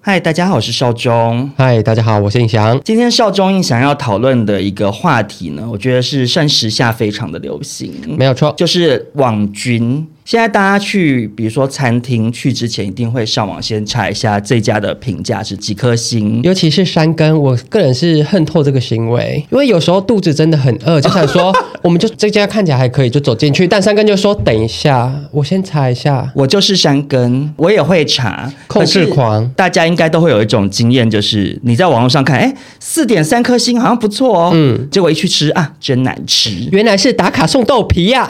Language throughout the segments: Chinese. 嗨，大家好，我是少中。嗨，大家好，我是印翔。今天少中印想要讨论的一个话题呢，我觉得是算时下非常的流行，没有错，就是网军。现在大家去，比如说餐厅去之前，一定会上网先查一下这家的评价是几颗星。尤其是山根，我个人是恨透这个行为，因为有时候肚子真的很饿，就想 说我们就这家看起来还可以，就走进去，但山根就说等一下，我先查一下。我就是山根，我也会查。控制狂可是大家应该都会有一种经验，就是你在网络上看，哎，四点三颗星好像不错哦，嗯，结果一去吃啊，真难吃。 原来是打卡送豆皮呀、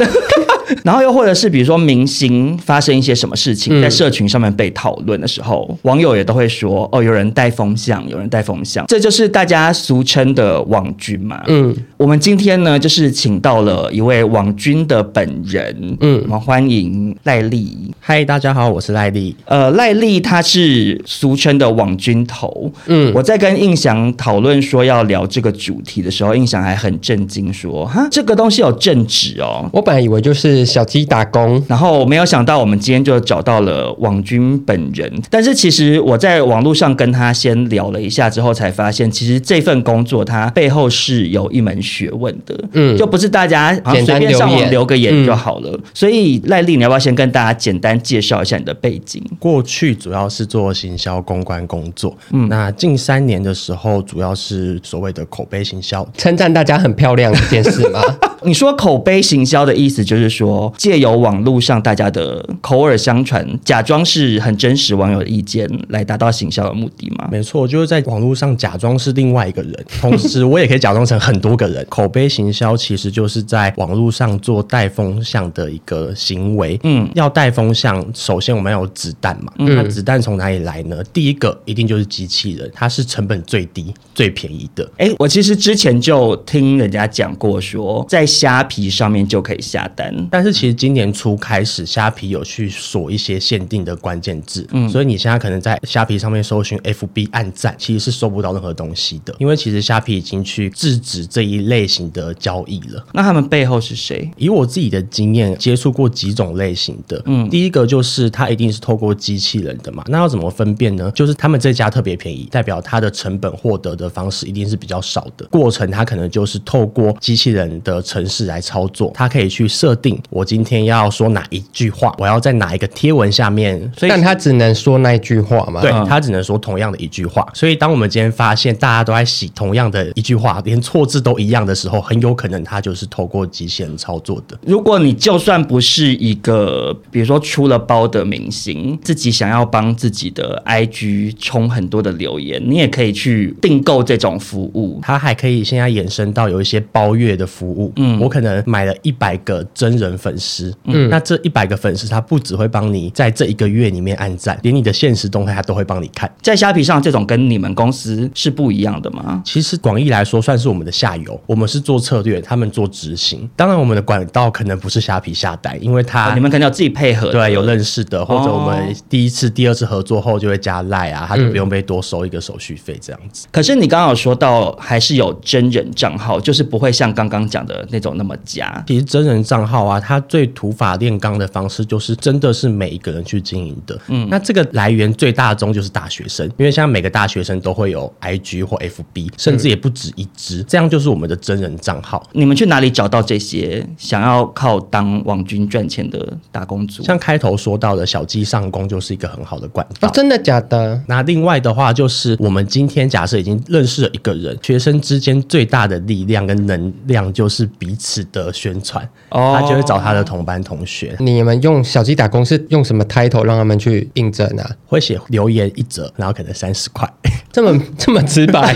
然后又或者是比如说明星发生一些什么事嗯情，在社群上面被讨论的时候，网友也都会说，哦，有人带风向，有人带风向，这就是大家俗称的网军嘛。嗯，我们今天呢，就是请到了一位网军的本人，嗯，我们欢迎赖丽。 嗨，大家好，我是赖丽。呃，赖丽她是俗称的网军头。嗯，我在跟印翔讨论说要聊这个主题的时候，印翔还很震惊说：“哈，这个东西有正职哦。我本来以为就是小鸡打工”，然后没有想到，我们今天就找到了网军本人。但是其实我在网络上跟他先聊了一下之后，才发现其实这份工作它背后是有一门学问的。嗯，就不是大家好像简单随便上留网言嗯留个言就好了。所以赖丽，你要不要先跟大家简单介绍一下你的背景？过去主要是做行销公关工作，那近三年的时候，主要是所谓的口碑行销。称赞大家很漂亮这件事 吗？你说口碑行销的意思就是说，借由网络上大家的口耳相传，假装是很真实网友的意见，来达到行销的目的吗？没错，就是在网络上假装是另外一个人，同时我也可以假装成很多个人。口碑行销其实就是在网络上做带风向的一个行为。嗯，要带风向，首先我们要有子弹嘛。那子弹从哪里来呢？第一个一定就是机器人，它是成本最低、最便宜的。哎，我其实之前就听人家讲过说在虾皮上面就可以下单。但是其实今年初开始，虾皮有去锁一些限定的关键字，所以你现在可能在虾皮上面搜寻 FB 暗赞，其实是搜不到任何东西的，因为其实虾皮已经去制止这一类型的交易了。那他们背后是谁？以我自己的经验，接触过几种类型的，嗯，第一个就是它一定是透过机器人的嘛，那要怎么分辨呢？就是他们这家特别便宜，代表它的成本获得的方式一定是比较少的，过程它可能就是透过机器人的程式来操作，它可以去设定我今天要说哪一句话，我要在哪一个贴文下面嗯所以但他只能说那一句话嘛。对他只能说同样的一句话。所以，当我们今天发现大家都在洗同样的一句话，连错字都一样的时候，很有可能他就是透过机器人操作的。如果你就算不是一个，比如说出了包的明星，自己想要帮自己的 IG 充很多的留言，你也可以去订购这种服务。它还可以现在延伸到有一些包月的服务。嗯，我可能买了一百个真人粉丝，嗯，那这一百个粉丝，他不只会帮你在这一个月里面按赞，连你的现实动态他都会帮你看。在虾皮上，这种跟你们公司是不一样的吗？其实广义来说，算是我们的下游，我们是做策略，他们做执行。当然，我们的管道可能不是虾皮下单，因为它、啊，你们哦可能有自己配合。对，有认识的，或者我们第一次、第二次合作后就会加赖啊，他嗯就不用被多收一个手续费这样子。可是你刚刚有说到，还是有真人账号，就是不会像刚刚讲的那那种那么假。其实真人账号啊，它最土法炼钢的方式，就是真的是每一个人去经营的。嗯，那这个来源最大宗就是大学生，因为现在每个大学生都会有 IG 或 FB，甚至也不止一支，这样就是我们的真人账号。你们去哪里找到这些想要靠当网军赚钱的打工族？像开头说到的小鸡上工就是一个很好的管道。哦，真的假的？那另外的话，就是我们今天假设已经认识了一个人，学生之间最大的力量跟能量就是彼此的宣传，哦他就会找他的同班同学，你们用小鸡打工是用什么 title 让他们去应征啊？会写留言一则，然后可能三十块。这么嗯这么直白？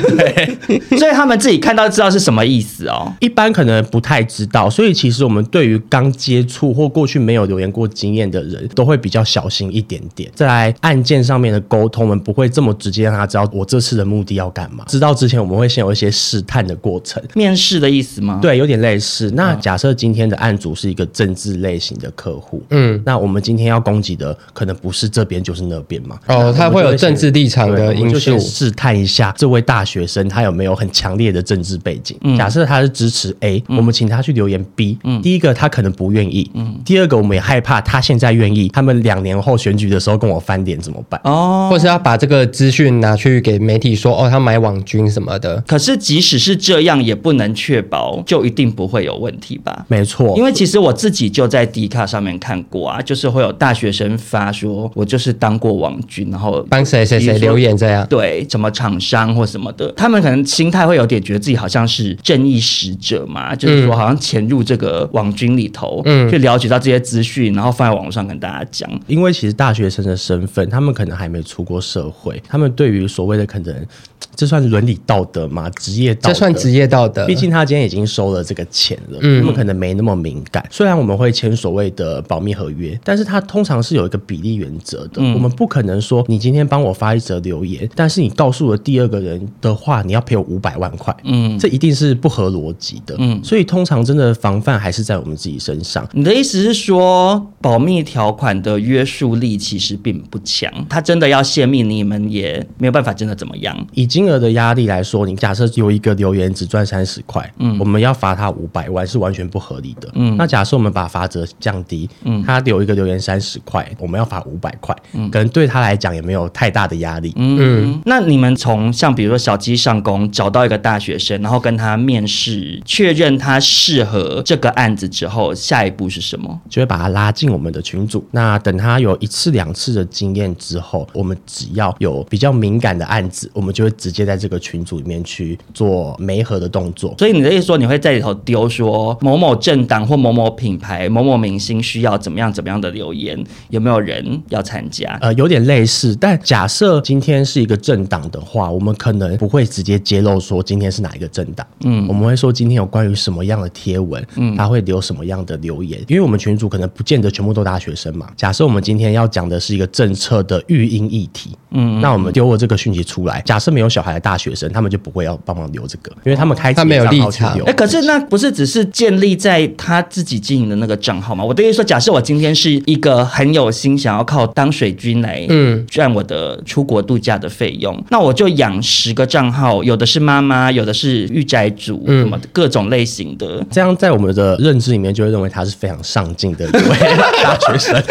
所以他们自己看到知道是什么意思哦。一般可能不太知道，所以其实我们对于刚接触或过去没有留言过经验的人，都会比较小心一点点。再来案件上面的沟通，我们不会这么直接让他知道我这次的目的要干嘛。知道之前，我们会先有一些试探的过程。面试的意思吗？，对，有点类似。那假设今天的案组是一个政治类型的客户，嗯，那我们今天要攻击的可能不是这边就是那边嘛。啊那我哦，们他会就有先政治立场对的我们因就素先。试探一下这位大学生他有没有很强烈的政治背景。嗯假设他是支持 A，、我们请他去留言 B、第一个他可能不愿意，嗯第二个我们也害怕他现在愿意，他们两年后选举的时候跟我翻脸怎么办？哦。或是要把这个资讯拿去给媒体说，哦，他买网军什么的，可是即使是这样，也不能确保就一定不会有问题吧？没错，因为其实我自己就在 D 卡上面看过啊，就是会有大学生发说，我就是当过网军，然后帮谁谁谁留言这样。对什么厂商或什么的，他们可能心态会有点觉得自己好像是正义使者嘛，就是说好像潜入这个网军里头，去了解到这些资讯，然后放在网络上跟大家讲。因为其实大学生的身份，他们可能还没出过社会，他们对于所谓的可能，这算伦理道德吗？职业道德？这算职业道德，毕竟他今天已经收了这个钱了，他们可能没那么敏感。虽然我们会签所谓的保密合约，但是它通常是有一个比例原则的。我们不可能说你今天帮我发一则留言，但是你告诉了第二个人的话，你要赔我五百万块，嗯，这一定是不合逻辑的，嗯。所以通常真的防范还是在我们自己身上。你的意思是说，保密条款的约束力其实并不强，它真的要泄密，你们也没有办法真的怎么样。以金额的压力来说，你假设有一个留言只赚三十块，嗯，我们要罚他五百万是完全不合理的，嗯。那假设我们把罚则降低，嗯，他留一个留言三十块，我们要罚五百块，可能对他来讲也没有太大的压力，嗯。嗯，那你们从像比如说小鸡上工找到一个大学生，然后跟他面试，确认他适合这个案子之后，下一步是什么？就会把他拉进我们的群组。那等他有一次两次的经验之后，我们只要有比较敏感的案子，我们就会直接在这个群组里面去做媒合的动作。所以你的意思说，你会在里头丢说某某政党或某某品牌、某某明星需要怎么样怎么样的留言，有没有人要参加？呃，有点类似，但假设今天是一个政党的话，我们可能不会直接揭露说今天是哪一个政党，嗯，我们会说今天有关于什么样的贴文，嗯，他会留什么样的留言，因为我们群主可能不见得全部都大学生嘛。假设我们今天要讲的是一个政策的育婴议题，嗯，那我们丢了这个讯息出来，假设没有小孩的大学生，他们就不会要帮忙留这个，因为他们开他没有自己的账立号去场留哎、可是那不是只是建立在他自己经营的那个账号吗？我的意思说，假设我今天是一个很有心想要靠当水军来嗯赚我的出国度假的费用，那我就养十个账号，有的是妈妈，有的是御宅族，嗯什么的各种类型的。这样在我们的认知里面就会认为他是非常上进的一位 大学生，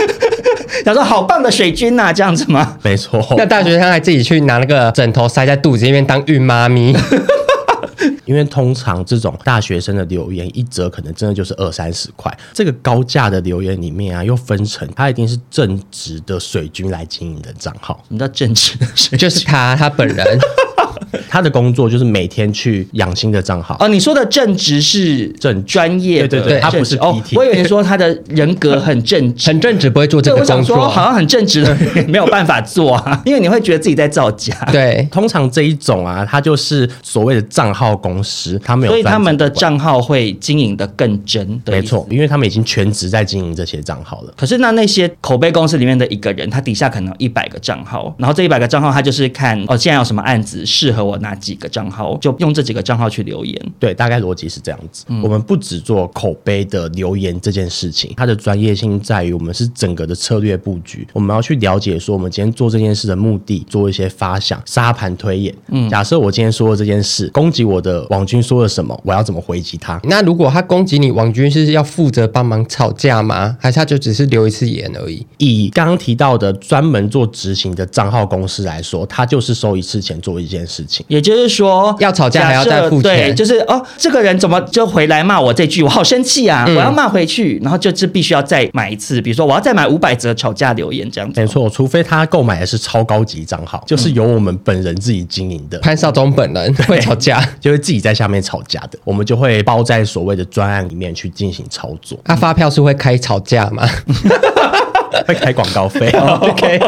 他说好棒的水军呐、这样子吗？没错。哦那大学生还自己去拿那个枕头塞在肚子里面当孕妈 咪，因为通常这种大学生的留言一则可能真的就是二三十块，这个高价的留言里面啊，又分成他一定是正直的水军来经营的账号， 什么叫政治的水军？就是他他本人。他的工作就是每天去养新的账号。哦，你说的正直是正专业的对正直，对对他不是哦 PT。我以为你说他的人格很正直，很正直，不会做这对，个我想工说，作。好像很正直的 人没有办法做啊，因为你会觉得自己在造假。对，通常这一种啊，他就是所谓的账号公司，他们有所以他们的专职管账号会经营的更真，没。错，因为他们已经全职在经营这些账号了。可是那那些口碑公司里面的一个人，他底下可能有一百个账号，然后这一百个账号他就是看哦，现在有什么案子适合我哪几个账号，就用这几个账号去留言。对，大概逻辑是这样子。我们不只做口碑的留言这件事情，它的专业性在于我们是整个的策略布局，我们要去了解说我们今天做这件事的目的，做一些发想、沙盘推演。嗯，假设我今天说了这件事，攻击我的网军说了什么，我要怎么回击他？那如果他攻击你，网军是要负责帮忙吵架吗？还是他就只是留一次言而已？以刚刚提到的专门做执行的账号公司来说，它就是收一次钱做一件事情。也就是说，要吵架还要再付假设对，钱就是哦，这个人怎么就回来骂我这句，我好生气啊，嗯我要骂回去，然后就是必须要再买一次，比如说我要再买五百则吵架留言这 样子。没错，除非他购买的是超高级账号，就是由我们本人自己经营的。潘少忠本人会吵架，就会自己在下面吵架的，我们就会包在所谓的专案里面去进行操作， 他发票是会开吵架 吗？会开广告费。OK，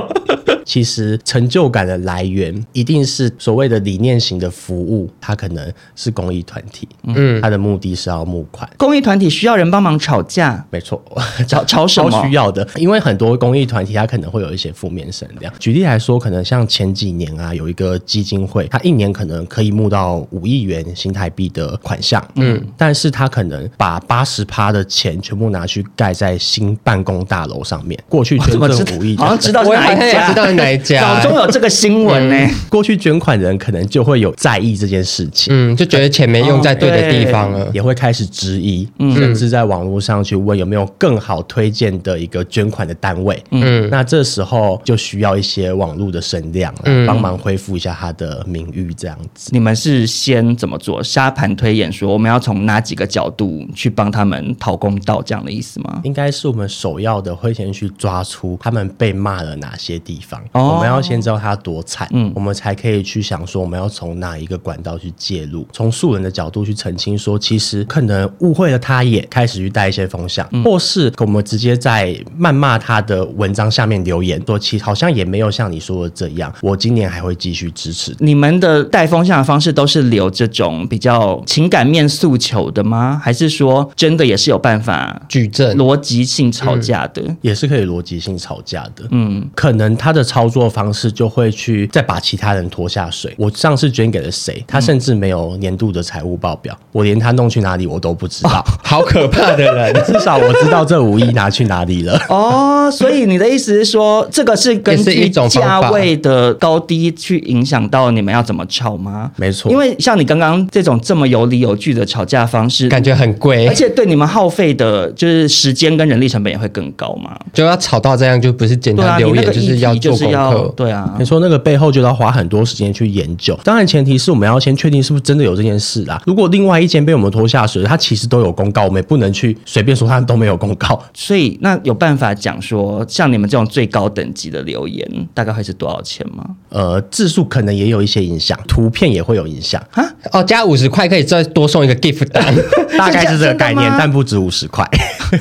其实成就感的来源一定是所谓的理念型的服务，它可能是公益团体，嗯，它的目的是要募款。公益团体需要人帮忙吵架，没错， 吵吵什超么？需要的，因为很多公益团体它可能会有一些负面声量。举例来说，可能像前几年啊，有一个基金会，它一年可能可以募到五亿元新台币的款项，嗯，但是它可能把八十趴的钱全部拿去盖在新办公大楼上面。过去捐怎么知赠五亿好像的。知道是我也哪好像一也家，知道是哪一家嗯早中有这个新闻呢、过去捐款人可能就会有在意这件事情，嗯，就觉得钱没用在对的地方哦了。也会开始质疑，甚至在网络上去问有没有更好推荐的一个捐款的单位。嗯，那这时候就需要一些网络的声量来帮忙恢复一下他的名誉，这样子。你们是先怎么做？沙盘推演说我们要从哪几个角度去帮他们讨公道，这样的意思吗？应该是我们首要的，会先去抓出他们被骂了哪些地方，哦嗯我们要先知道他多惨，我们才可以去想说我们要从哪一个管道去介入，从素人的角度去澄清说，其实可能误会了他也，开始去带一些风向，嗯或是我们直接在谩骂他的文章下面留言说，其实好像也没有像你说的这样，我今年还会继续支持。你们的带风向的方式都是留这种比较情感面诉求的吗？还是说真的也是有办法矩阵逻辑性吵架的？嗯也是可以逻辑性吵架的。嗯，可能他的操作方式就会去再把其他人拖下水。我上次捐给了谁？他甚至没有年度的财务报表，我连他弄去哪里我都不知道。，好可怕的人 至少我知道这五亿拿去哪里 了。 哦，所以你的意思是说，这个是根也是据一种方价法位的高低去影响到你们要怎么吵吗？没错因为像你刚刚这种这么有理有据的吵架方式，感觉很贵而，且对你们耗费的就是时间跟人力成本也会更高嘛。就要吵到这样，就不是简对啊，单你留那言，个就议是要题就做是功要课。对啊你，说那个背后就要花很多时间去研究，当然前提是我们要先确定是不是真的有这件事啦。如果另外一间被我们拖下水，他其实都有公告，我们也不能去随便说他都没有公告。所以那有办法讲说，像你们这种最高等级的留言，大概会是多少钱吗？ 呃，字数可能也有一些影响，图片也会有影响。哦，加五十块可以再多送一个 gift 单， 大概是这个概真的念吗，但不止五十块。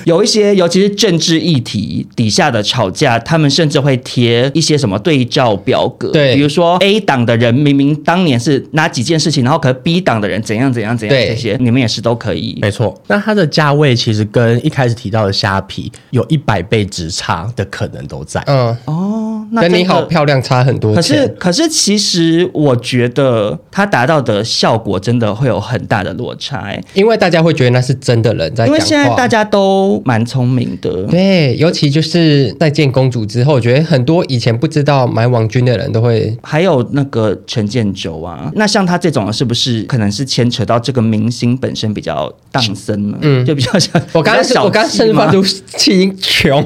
有一些，尤其是政治议题底下的吵架，他们甚至会贴一些什么对照表格，对比如说 A 党的人明明当年是哪几件事情，然后可是 B 党的人怎样怎样怎样对这些，你们也是都可以。 没错，那它的价位其实跟一开始提到的虾皮有一百倍之差的可能都在。嗯，哦，那跟你真的好漂亮差很多可是，钱。可是，其实我觉得它达到的效果真的会有很大的落差、欸，因为大家会觉得那是真的人在因讲为话，现在大家都蛮聪明的。对，尤其就是在见公主之后，我觉得很多以前不知道买网军的人都会，还有那个陈建州啊，那像他这种是不是可能是牵扯到这个明星本身比较荡生呢？嗯，就比较像 我刚比较小刚我刚刚气甚至嘛发出气音 穷，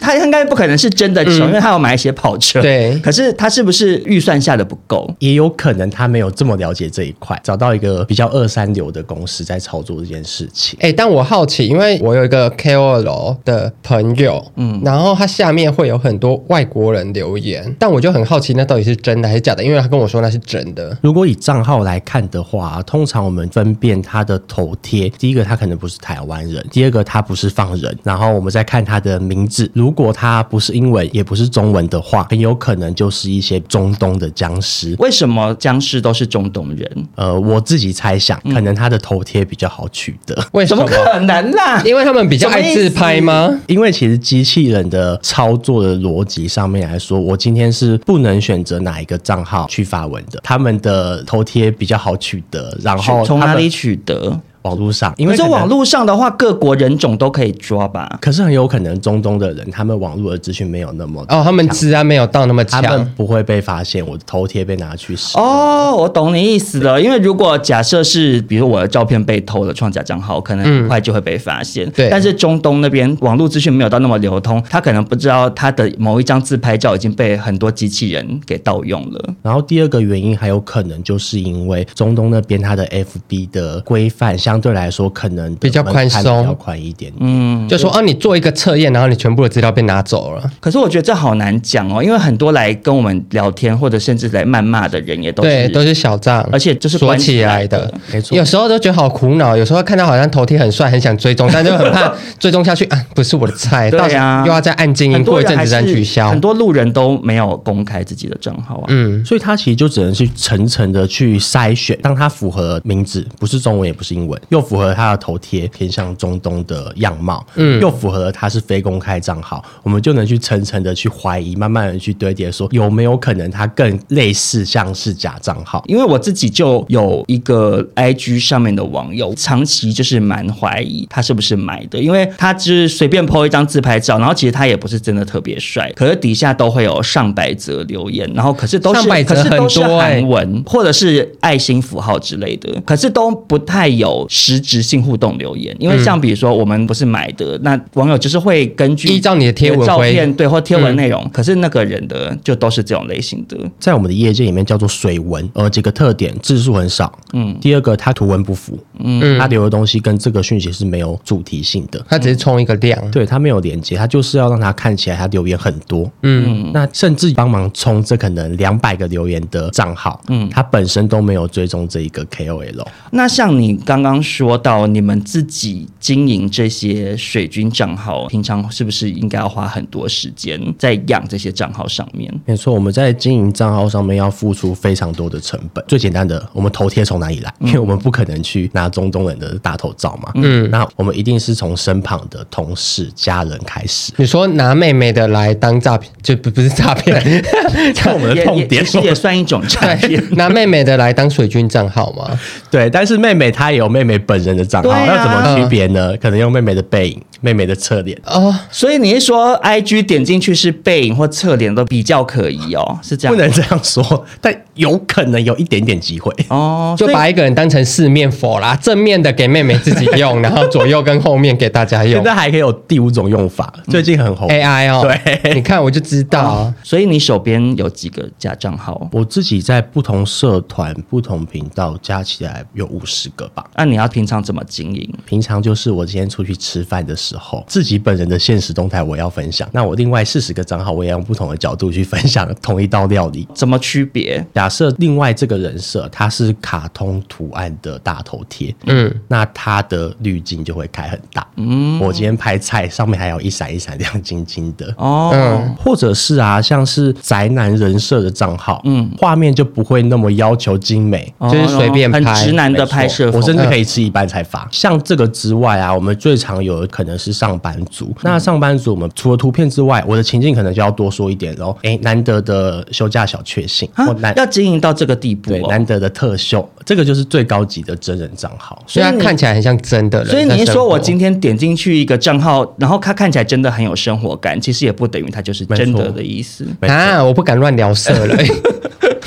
他应该不可能是真的穷，因为他有买一些跑车。嗯对可是他是不是预算下的不够？也有可能他没有这么了解这一块，找到一个比较二三流的公司在操作这件事情。哎、但我好奇，因为我有一个 KOL 的朋友，嗯，然后他下面会有很多外国人留言，但我就很好奇，那到底是真的还是假的？因为他跟我说那是真的，如果以账号来看的话，通常我们分辨他的头贴，第一个他可能不是台湾人，第二个他不是放人，然后我们再看他的名字，如果他不是英文，文，也不是中文的话，很有可能就是一些中东的僵尸。为什么僵尸都是中东人？呃，我自己猜想，嗯可能他的头贴比较好取得。 为怎什么么？可能啦？因为他们比较爱自拍吗？因为其实机器人的操作的逻辑上面来说，我今天是不能选择哪一个账号去发文的，他们的头贴比较好取得，然后从他哪们里取得？网络上，因可为是可能网。络上的话，各国人种都可以抓吧？可是很有可能中东的人，他们网络的资讯没有那么哦，他们治安没有到那么他强们。不会被发现，我的头贴被拿去使用。哦，我懂你意思了。因为如果假设是，比如我的照片被偷了，创假账号，可能很快就会被发现。对但是中东那边网络资讯没有到那么流通，他可能不知道他的某一张自拍照已经被很多机器人给盗用了。然后第二个原因还有可能就是因为中东那边它的 FB 的规范相对来说可能比较宽松门槛比较宽一点。嗯，就说哦，你做一个测验，然后你全部的资料被拿走了。可是我觉得这好难讲哦，因为很多来跟我们聊天或者甚至来谩骂的人也都对，是都是小账，而且就是锁关起起来来的的。没错有时候都觉得好苦恼，有时候看到好像头贴很帅，很想 追踪，但就很怕追踪下去啊，不是我的菜，对啊到时候又要再按静音，很多过一人阵还子再是取消很。多路人都没有公开自己的账号啊。嗯，所以它其实就只能去层层的去筛选，当它符合名字，不是中文也不是英文，又符合它的头贴偏向中东的样貌，嗯，又符合它是非公开账号，我们就能去层层的去怀疑，慢慢的去堆叠，说有没有可能它更类似像是假账号。因为我自己就有一个 IG 上面的网友，长期就是蛮怀疑他是不是买的，因为他就是随便 PO 一张自拍照，然后其实他也不是真的特别帅，可是底下都会有上百则留言，然后可是都是上百则可是都是很多欸韩文或者是爱心符号之类的，可是都不太有实质性互动留言，因嗯为像比如说我们不是买的，那网友就是会根据依照你的贴文嗯照回片对或贴文内容，可是那个人的就都是这种类型的，在我们的业界里面叫做水文，呃，几个特点，字数很少，嗯，第二个它图文不符，嗯，它留的东西跟这个讯息是没有主题性的，它只是充一个量。对，它没有连接，它就是要让它看起来它留言很多，嗯，那甚至帮忙冲这可能两百个留言的账号，嗯，它本身都没有追踪这一个 KOL，那像你刚刚说到，你们自己经营这些水军账号，平常是不是应该要花很多时间在养这些账号上面？没错，我们在经营账号上面要付出非常多的成本。最简单的，我们头贴从哪里来？因为我们不可能去拿中东人的大头照嘛。嗯，那我们一定是从身旁的同事、家人开 始。你说拿妹妹的来当诈骗，就不不是诈 骗，看我们的也痛也点其实也算一种诈骗。哦拿妹妹的来当水军账号吗？对，但是妹妹她也有妹妹本人的账号，对啊那怎么区别呢？可能用妹妹的背影、妹妹的侧脸。哦， 所以你是说，I G 点进去是背影或侧脸都比较可疑哦，是这样不？能这样说， 但有可能有一点点机会。哦，就所以把一个人当成四面佛啦，正面的给妹妹自己 用，然后左右跟后面给大家 现用。在还可以有第五种用法，最近很红。 AI 哦，对你看我就知道啊，所以你手边有几个假账号？我自己在不同社团、不同频道加起来有五十个吧。那、啊你要平常怎么经营？平常就是我今天出去吃饭的时候，自己本人的现实动态我要分享。那我另外四十个账号，我也用不同的角度去分享同一道料理。怎么区别？假设另外这个人设他是卡通图案的大头贴，嗯，那他的滤镜就会开很大。嗯，我今天拍菜上面还有一闪一闪亮晶晶的。哦，或者是啊，像是宅男人设的账号，嗯，画面就不会那么要求精美，嗯就是随便很拍直男的拍摄我哦风格，甚至可以吃一半才发。像这个之外啊，我们最常有的可能是上班族。那上班族，我们除了图片之外，我的情境可能就要多说一点喽。哎，难得的休假小确幸，或啊难要经营到这个地步、对哦，难得的特秀，这个就是最高级的真人账号。所以它所以你看起来很像真的人。所以你一在生说活我今天点进去一个账号，然后它看起来真的很有生活感，其实也不等于它就是真没的错的意思。没错啊，我不敢乱聊色 了，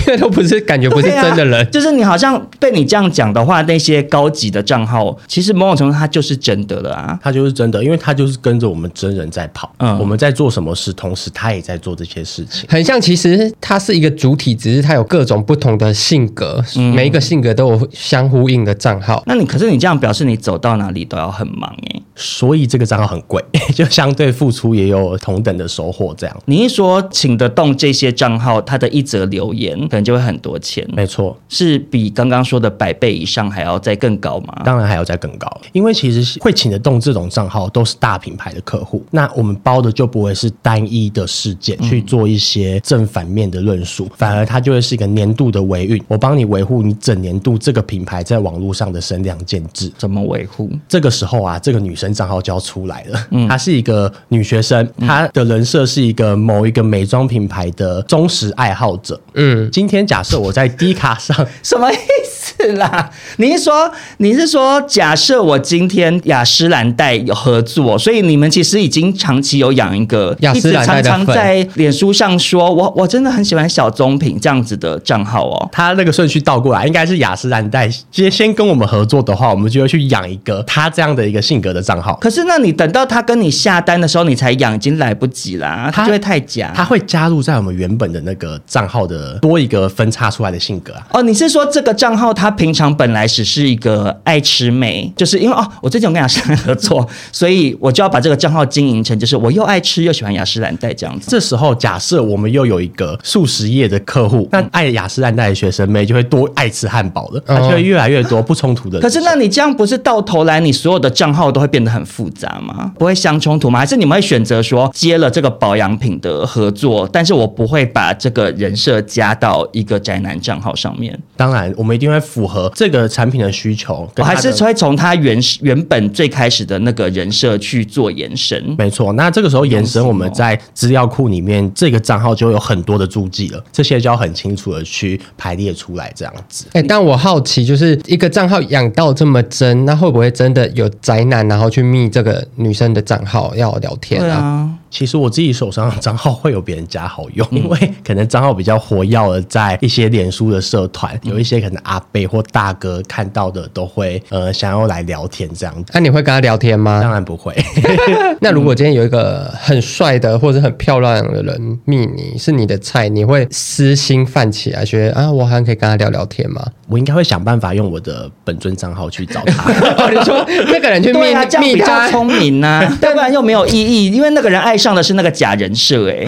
因为都不是感觉不是真对啊的人。就是你好像被你这样讲的话，那些高级的账号，其实某种程度它就是真的了啊。他就是真的，因为他就是跟着我们真人在跑，嗯我们在做什么事，同时他也在做这些事情。很像，其实它是一个主体，只是它有各种不同的性格，每一个性格都有相呼应的账号。那你可是你这样表示你走到哪里都要很忙哎、所以这个账号很贵， 就相对付出也有同等的收获。这样你一说请得动这些账号，它的一则留言可能就会很多钱，没错，是比刚刚说的百倍以上还要再更高吗？当然还要再更高，因为其实会请得动这种账号都是大品牌的客户，那我们包的就不会是单一的事件嗯去做一些正反面的论述，反而它就会是一个年度的维运，我帮你维护你整年度这个品牌在网络上的声量建制。怎么维护？这个时候啊，这个女生账号就要出来了。她是一个女学生，她的人设是一个某一个美妆品牌的忠实爱好者。嗯，今天假设我在 D 卡上，什么意思啦？你是说你是说，假设我今天雅诗兰黛有合作，所以你们其实已经长期有养一个，雅诗兰黛一的直常常粉在脸书上说我我真的很喜欢小棕瓶这样子的账号哦。她那个顺序倒过来，应 该是雅诗兰黛先先跟我们合作的话，我们就会去养一个她这样的一个性格的账号。可是，那你等到他跟你下单的时候，你才养，已经来不及啦，他他就会太假。她会加入在我们原本的那个账号的多一个分叉出来的性格啊，哦，你是说这个账号他平常本来只是一个爱吃美，就是因为哦，我最近有跟雅诗兰黛合作，所以我就要把这个账号经营成就是我又爱吃又喜欢雅诗兰黛这样子。这时候，假设我们又有一个素食业的客户，那爱雅诗兰黛的学生妹就会多爱吃汉堡了，她就会越来越多不冲突的人嗯可生。是，那你这样不是到头来你所有的账号都会变得很复杂吗？不会相冲突吗？还是你们会选择说接了这个保养品的合作，但是我不会把这个人设加到一个宅男账号上面？当然，我们一定会符合这个产品的需求，我跟它哦还的是会从他原始原本最开始的那个人设去做延伸。没错。那这个时候延伸，我们在资料库里面这个账号就有很多的注记了，这些就要很清楚的去排列出来，这样子。哎、但我好奇，就是一个账号养到这么真，那会不会真的有宅男，然后去密这个女生的账号要聊天对啊？啊，其实我自己手上的账号会有别人加好用，因为可能账号比较活跃的，在一些脸书的社团，有一些可能阿贝或大哥看到的都会呃想要来聊天这样子。啊那、你会跟他聊天吗？当然不会， 那如果今天有一个很帅的或者很漂亮的人密你，是你的菜，你会私心泛起来，觉得啊，我好像可以跟他聊聊天 吗？我应该会想办法用我的本尊账号去找他。哦，你说那个人去密对啊，这样密比较他，聪明呐、 要不然又没有意义，因为那个人爱上的是那个假人设哎、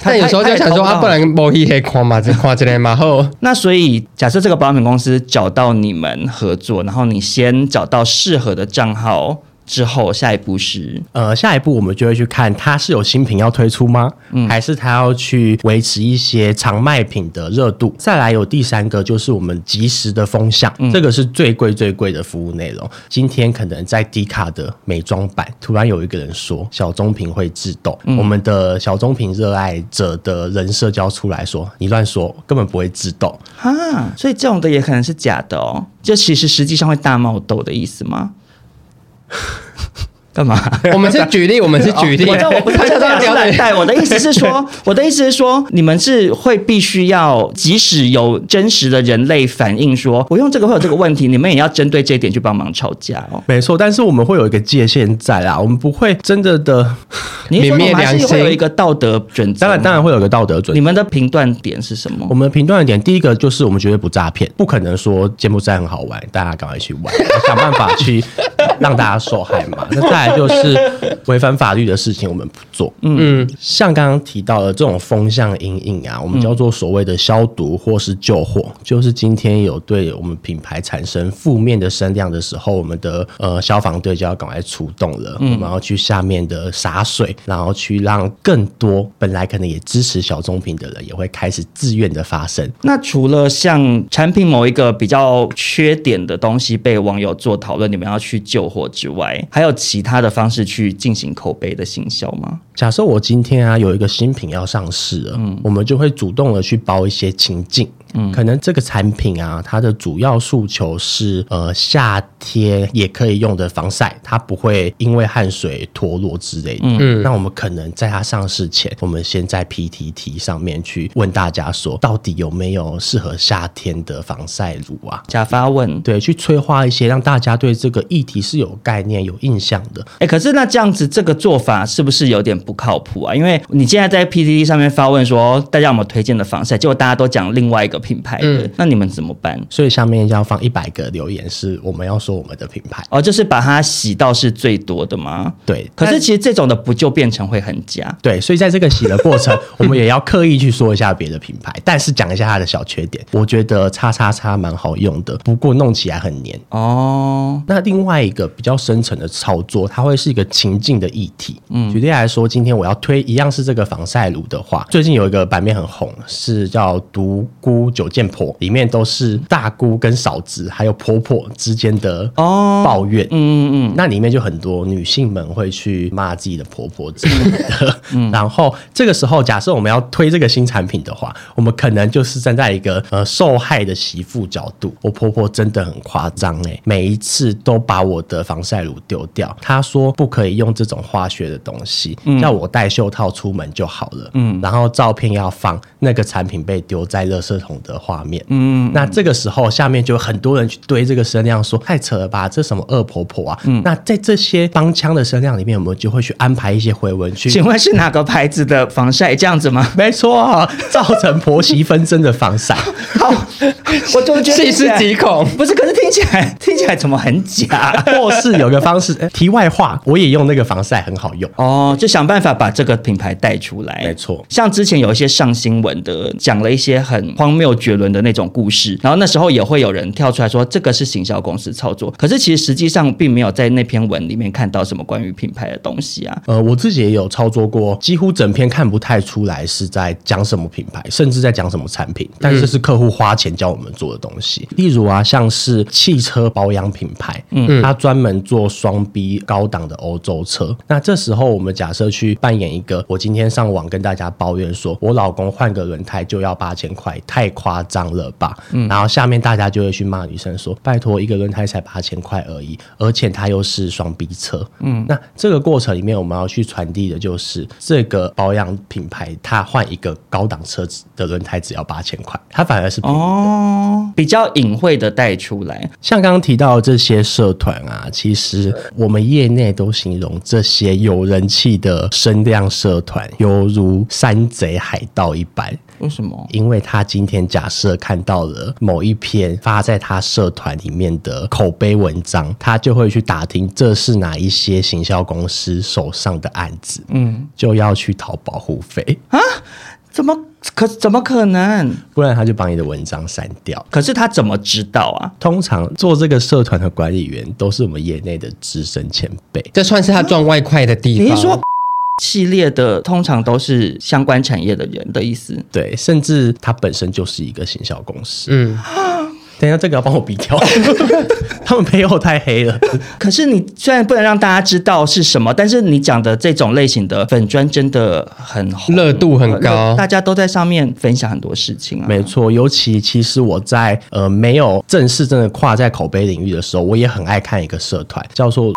他但有时候就想说啊，不。他也偷到然某一黑框嘛，只框这类嘛 后。那所以，假设这个保养品公司找到你们合作，然后你先找到适合的账号之后，下一步是呃，下一步我们就会去看它是有新品要推出吗？还是它要去维持一些常卖品的热度？再来有第三个就是我们及时的风向，这个是最贵最贵的服务内容。今天可能在迪卡的美妆版，突然有一个人说小棕瓶会致痘，我们的小棕瓶热爱者的人社交出来说，你乱说，根本不会致痘。哈，所以这种的也可能是假的哦，就其实实际上会大冒痘的意思吗？ 干嘛？我们是举例，我们是举例，哦我知道我不是他在就这在样聊 乱你带，我的意思是 说，我的意思是说，你们是会必须要，即使有真实的人类反映说，我用这个会有这个问题，你们也要针对这一点去帮忙吵架哦。没错，但是我们会有一个界限在啦，我们不会真的的，你是说泯灭你们还是良心会有一个道德准则，当然当然。会有一个道德准则你。们的评断点是什么我？们评断的点，第一个就是我们绝对不诈骗，不可能说柬埔寨很好玩，大家赶快去玩， 想办法去让大家受害嘛。那再来就是违反法律的事情，我们不做。嗯，像刚刚提到的这种风向阴影啊，我嗯们叫做所谓的消毒或是救火，就是今天有对我们品牌产生负面的声量的时候，我们的呃消防队就要赶快出动了，我们要去下面的洒水，然后去让更多本来可能也支持小棕瓶的人，也会开始自愿的发声。那除了像产品某一个比较缺点的东西被网友做讨论，你们要去救火之外，还有其他的方式去进行口碑的行销吗？假设我今天啊有一个新品要上市了，我们就会主动的去包一些情境。嗯，可能这个产品啊，它的主要诉求是呃夏天也可以用的防晒，它不会因为汗水脱落之类的。嗯，那我们可能在它上市前，我们先在 PTT 上面去问大家说，到底有没有适合夏天的防晒乳啊？假发问，对，去催化一些让大家对这个议题是有概念、有印象的。哎、可是那这样子，这个做法是不是有点不不靠谱啊？因为你现在在 PTT 上面发问说大家有没有推荐的防晒，结果大家都讲另外一个品牌的，嗯那你们怎么办？所以下面要放一百个留言，是我们要说我们的品牌。哦，就是把它洗到是最多的吗？对，可但是其实这种的不就变成会很假？对，所以在这个洗的过程，我们也要刻意去说一下别的品牌，但是讲一下它的小缺点。我觉得叉叉叉蛮好用的，不过弄起来很黏。哦，那另外一个比较深层的操作，它会是一个情境的议题。嗯，举例来说，今天我要推一样是这个防晒乳的话，最近有一个版面很红，是叫“独孤九剑婆”，里面都是大姑跟嫂子还有婆婆之间的哦抱怨。嗯嗯嗯，那里面就很多女性们会去骂自己的婆婆之类的。 然后这个时候，假设我们要推这个新产品的话，我们可能就是站在一个呃受害的媳妇角度。我婆婆真的很夸张哎、每一次都把我的防晒乳丢掉。她说不可以用这种化学的东西，叫我戴袖套出门就好了。嗯，然后照片要放那个产品被丢在垃圾桶的画面。嗯，那这个时候下面就有很多人去堆这个声量说太扯了吧，这什么恶婆婆啊？嗯，那在这些帮腔的声量里面，我们就会去安排一些回文嗯去。请问是哪个牌子的防晒这样子吗？没错、啊造成婆媳纷争的防晒。好，我就觉得听细起思来极恐。不是，可是听起来听起来怎么很 假？啊或是有个方式，诶题外话，我也用那个防晒很好用。哦，就想办法把这个品牌带出来。没错像之前有一些上新闻的，讲了一些很荒谬绝伦的那种故事，然后那时候也会有人跳出来说这个是行销公司操作，可是其实实际上并没有在那篇文里面看到什么关于品牌的东西啊。呃，我自己也有操作过，几乎整篇看不太出来是在讲什么品牌，甚至在讲什么产品，但是是客户花钱教我们做的东西。例如啊，像是汽车保养品牌，嗯，它专门做双 B 高档的欧洲车。那这时候我们假设去扮演一个，我今天上网跟大家抱怨说，我老公换个轮胎就要八千块，太夸张了吧？嗯，然后下面大家就会去骂女生说，拜托一个轮胎才八千块而已，而且它又是双 B 车，嗯，那这个过程里面我们要去传递的就是这个保养品牌，它换一个高档车子的轮胎只要八千块，它反而是便宜哦，比较隐晦的带出来，像刚刚提到的这些社团啊，其实我们业内都形容这些有人气的声量社团，犹如山贼海盗一般。为什么？因为他今天假设看到了某一篇发在他社团里面的口碑文章，他就会去打听这是哪一些行销公司手上的案子，嗯，就要去讨保护费， 怎么可怎么可能？不然他就把你的文章删掉。可是他怎么知道啊？通常做这个社团的管理员都是我们业内的资深前辈，这算是他赚外快的地方。你是说系列的通常都是相关产业的人的意思？对，甚至他本身就是一个行销公司。嗯，等一下，这个要帮我逼掉， 他们背后太黑了。可是你虽然不能让大家知道是什么，但是你讲的这种类型的粉砖真的很红，呃热度很高大家都在上面分享很多事情啊。没错，尤其其实我在呃没有正式真的跨在口碑领域的时候，我也很爱看一个社团，叫做。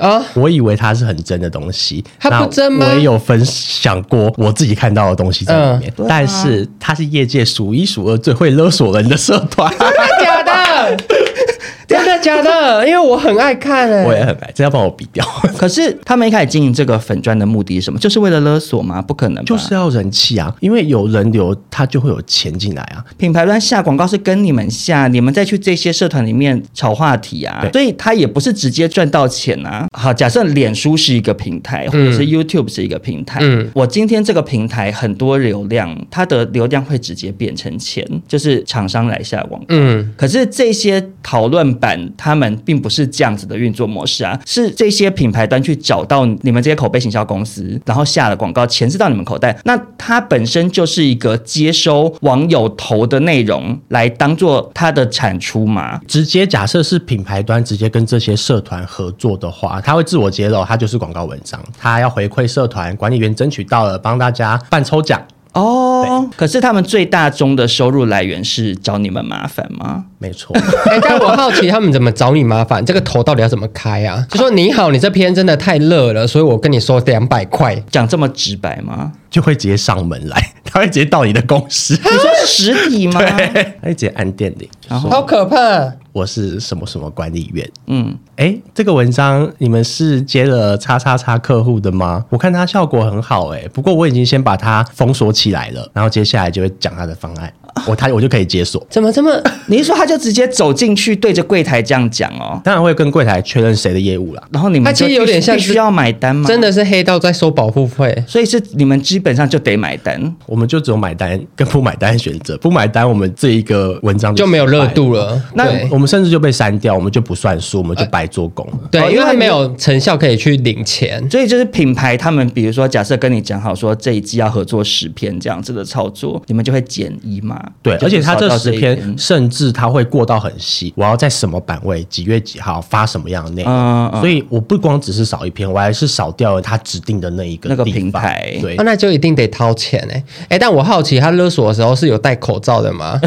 啊，我以为它是很真的东西，它不那真吗我也有分享过我自己看到的东西在里面，嗯但是它是业界数一数二最会勒索人的社 团，真的假的？ 真的假的？因为我很爱看哎、我也很爱，这要帮我逼 掉，啊可是他们一开始经营这个粉砖的目的是什么？就是为了勒索吗？不可能吧，就是要人气啊，因为有人流，它就会有钱进来啊，品牌端下广告是跟你们下，你们再去这些社团里面炒话题啊，对所以他也不是直接赚到钱啊。好，假设脸书是一个平台，或者是 YouTube 是一个平台，嗯我今天这个平台很多流量，它的流量会直接变成钱，就是厂商来下广告。嗯，可是这些讨论版，他们并不是这样子的运作模式啊，是这些品牌端去找到你们这些口碑行销公司，然后下了广告，钱是到你们口袋。那它本身就是一个接收网友投的内容来当做它的产出嘛？直接假设是品牌端直接跟这些社团合作的话，他会自我揭露，他就是广告文章，他要回馈社团管理员争取到了，帮大家办抽奖。哦，可是他们最大宗的收入来源是找你们麻烦吗？没错，哎、但我好奇他们怎么找你麻烦，这个头到底要怎么开啊？就说你好，你这篇真的太热了，所以我跟你说两百块。讲这么直白吗？就会直接上门来，他会直嗯接到你的公司， 你说实体吗？他会直接按电铃，然后好可怕！我是什么什么管理员。嗯，哎，这个文章你们是接了叉叉叉客户的吗？我看它效果很好哎、不过我已经先把它封锁起来了，然后接下来就会讲它的方案，我它我就可以解锁。怎么这么你是说他就直接走进去对着柜台这样讲哦？当然会跟柜台确认谁的业务啦。然后你们他其实就有点像必须是要买单吗？真，的是黑道在收保护费？所以是你们基本上就得买单。我们就只有买单跟不买单的选择，不 买单我们这一个文章就没有失败热。度了。那对我们甚至就被删掉，我们就不算数，我们就白做工了。哦对，因因为为他没有成效可以去领钱。所以就是品牌他们，比如说假设跟你讲好说这一季要合作十篇这样子的操作，你们就会减一嘛？对，就而且它少这到十一篇，甚至它会过到很细，我要在什么版位、几月几号发什么样的内容，嗯嗯所以我不光只是少一篇，我还是少掉了它指定的那一个那个地方平台对啊，，那就一定得掏钱哎、欸、哎、但我好奇他勒索的时候是有戴口罩 的吗？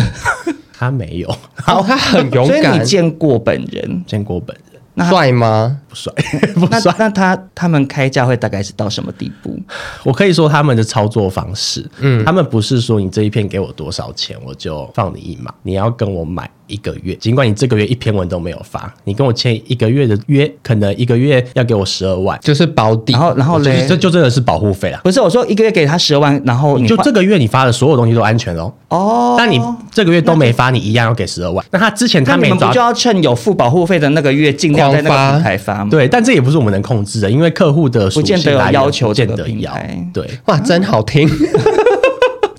它没有 哦，他很勇所以敢你，见过本人，见过本人，那他帅吗？不帅不那帅。那他他们开价会大概是到什么地步？我可以说他们的操作方式，嗯，他们不是说你这一篇给我多少钱，我就放你一马，你要跟我买一个月，尽管你这个月一篇文都没有发，你跟我签一个月的约，可能一个月要给我十二万，就是保底然，后然后嘞这，就真的是保护费啦。不是我说一个月给他十万，然后你就花这个月你发的所有东西都安全喽，哦，但你这个月都没发，你一样要给十二万。那他之前那他你没们不找就要趁有付保护费的那个月，尽量在那狂个发平台发吗？对，但这也不是我们能控制的，因为客户的属不见性得有来源要求不这见个得平要台对。哇，真 好听。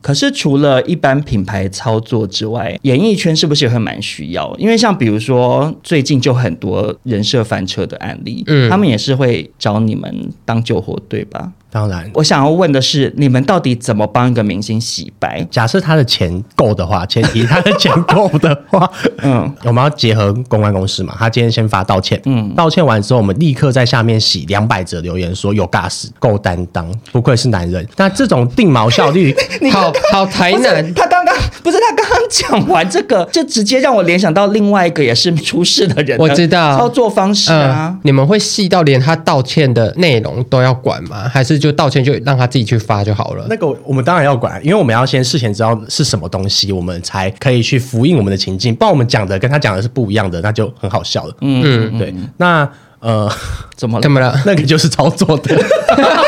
可是除了一般品牌操作之外，演艺圈是不是也会蛮需要？因为像比如说最近就很多人设翻车的案例，嗯他们也是会找你们当救火队吧？当然，我想要问的是，你们到底怎么帮一个明星洗白？假设他的钱够的话，前提他的钱够的话，嗯，我们要结合公关公司嘛，他今天先发道歉，嗯，道歉完之后，我们立刻在下面洗两百则留言说有 gas 够担当，不愧是男人。那这种定毛效率好好台不是南，他刚刚不是他刚刚讲完这个，就直接让我联想到另外一个也是出事的人的我知道操作方式啊嗯。，你们会细到连他道歉的内容都要管吗？还是就道歉就让他自己去发就好了那？个我们当然要管，因为我们要先事前知道是什么东西，我们才可以去复印我们的情境。不然我们讲的跟他讲的是不一样的，那就很好笑了。嗯，对，那呃， 怎么了怎？么了？那个就是操作的。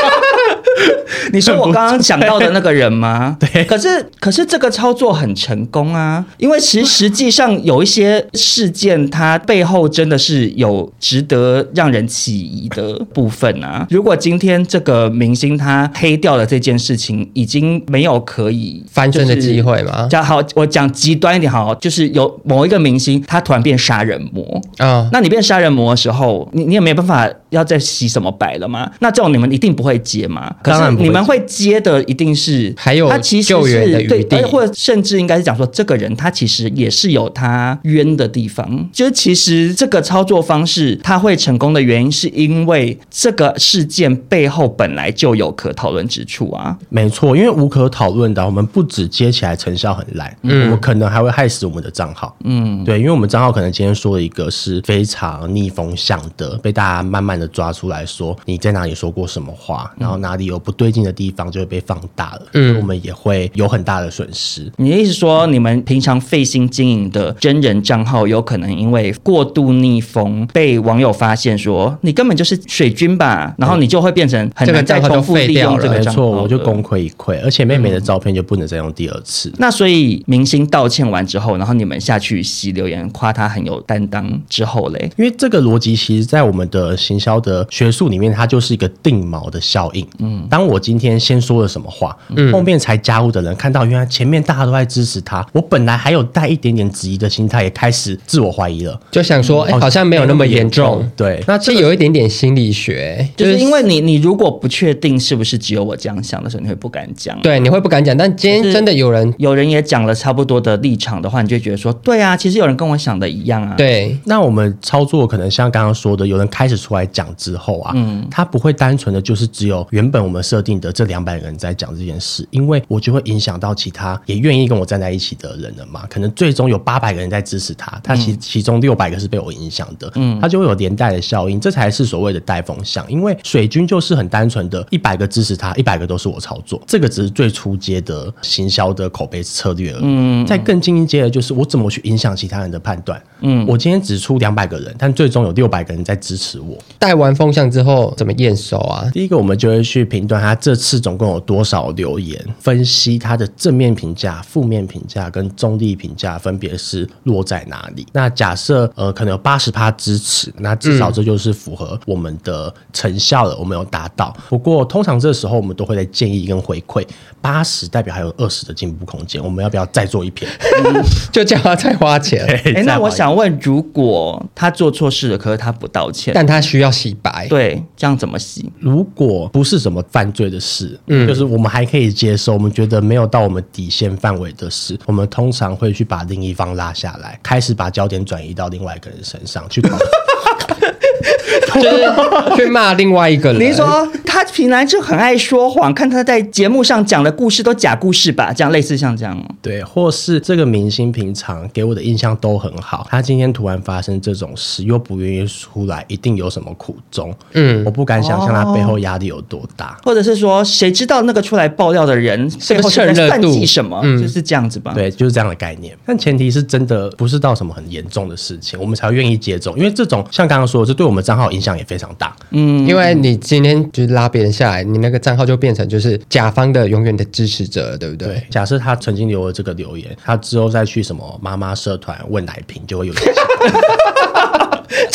你说我刚刚讲到的那个人 吗？对。可是可是这个操作很成功啊，因为其实实际上有一些事件，它背后真的是有值得让人起疑的部分啊。如果今天这个明星他黑掉了这件事情，已经没有可以翻身的机。就是会啊吗？讲好，我讲极端一点好，就是有某一个明星，他突然变杀人魔，啊、那你变杀人魔的时候，你你也没办法要再洗什么白了嘛？那这种你们一定不会接嘛？可当是然不会你们会接的一定是还有他其实救是援的余对，地而或者甚至应该是讲说，这个人他其实也是有他冤的地方。就是其实这个操作方式他会成功的原因，是因为这个事件背后本来就有可讨论之处啊。没错，因为无可讨论的，我们不止接起来成效很烂，嗯我们可能还会害死我们的账号。嗯，对，因为我们账号可能今天说了一个是非常逆风向的，被大家慢慢的抓出来说你在哪里说过什么嗯话，然后哪里有不对劲的地方就会被放大了。嗯，我们也会有很大的损失。你的意思说，你们平常费心经营的真人账号，有可能因为过度逆风被网友发现说你根本就是水军吧，然后你就会变成很这难个再账号就重复废利掉用了这个没账号嗯错，了。我就功亏一篑，而且妹妹的照片就不能再用第二次。那所以明星道歉完之后，然后你们下去洗留言夸他很有担当之后嘞，因为这个逻辑，其实在我们的行销的学术里面，它就是一个定锚的效应。嗯，当我今天先说了什么话，后面才加入的人看到，原来前面大家都在支持他，我本来还有带一点点质疑的心态，也开始自我怀疑了。就想说，嗯哎、好像没有那么严重。对，那这是个有一点点心理学，就是因为你你如果不确定是不是只有我这样想的时候，你会不敢讲。对你会不敢讲，但今天就是真的有人有人也讲了差不多的立场的话，你就会觉得说，对啊，其实有人跟我想的一样啊。对嗯那我们操作可能像刚刚说的，有人开始出来讲之后啊，他不会单纯的就是只有原本我们设定定的这两百人在讲这件事，因为我就会影响到其他也愿意跟我站在一起的人了嘛。可能最终有八百个人在支持他，他其、其中六百个是被我影响的，嗯，他就会有连带的效应，这才是所谓的带风向。因为水军就是很单纯的，一百个支持他，一百个都是我操作，这个只是最初阶的行销的口碑策略而已。嗯，再更进一阶的就是我怎么去影响其他人的判断。嗯，我今天只出两百个人，但最终有六百个人在支持我，带完风向之后怎么验收啊？第一个，我们就会去评断他这次总共有多少留言，分析他的正面评价、负面评价跟中立评价分别是落在哪里。那假设呃，可能有八十趴支持，那至少这就是符合我们的成效了，我们有达到。不过通常这时候我们都会在建议跟回馈，八十代表还有二十的进步空间，我们要不要再做一篇？就叫他再花 钱，哎、再那玩我一想问，如果他做错事了，可是他不道歉，但他需要洗白。对，这样怎么洗？如果不是什么犯罪的事，就是我们还可以接受，我们觉得没有到我们底线范围的事，我们通常会去把另一方拉下来，开始把焦点转移到另外一个人身上去讨论。就是去骂另外一个人。你说他平常就很爱说谎，看他在节目上讲的故事都假故事吧，这样类似像这样哦。对，或是这个明星平常给我的印象都很好，他今天突然发生这种事，又不愿意出来，一定有什么苦衷。嗯，我不敢想象他背后压力有多大。或者是说，谁知道那个出来爆料的人是背后趁在热算度计什么？就是这样子吧。，对，就是这样的概念。但前提是真的不是到什么很严重的事情，我们才会愿意接种。因为这种像刚刚说的，这对我们账号影响也非常大。嗯，因为你今天就是拉别人下来，你那个账号就变成就是甲方的永远的支持者了，对不对？对，假设他曾经留了这个留言，他之后再去什么妈妈社团问奶瓶，就会有影响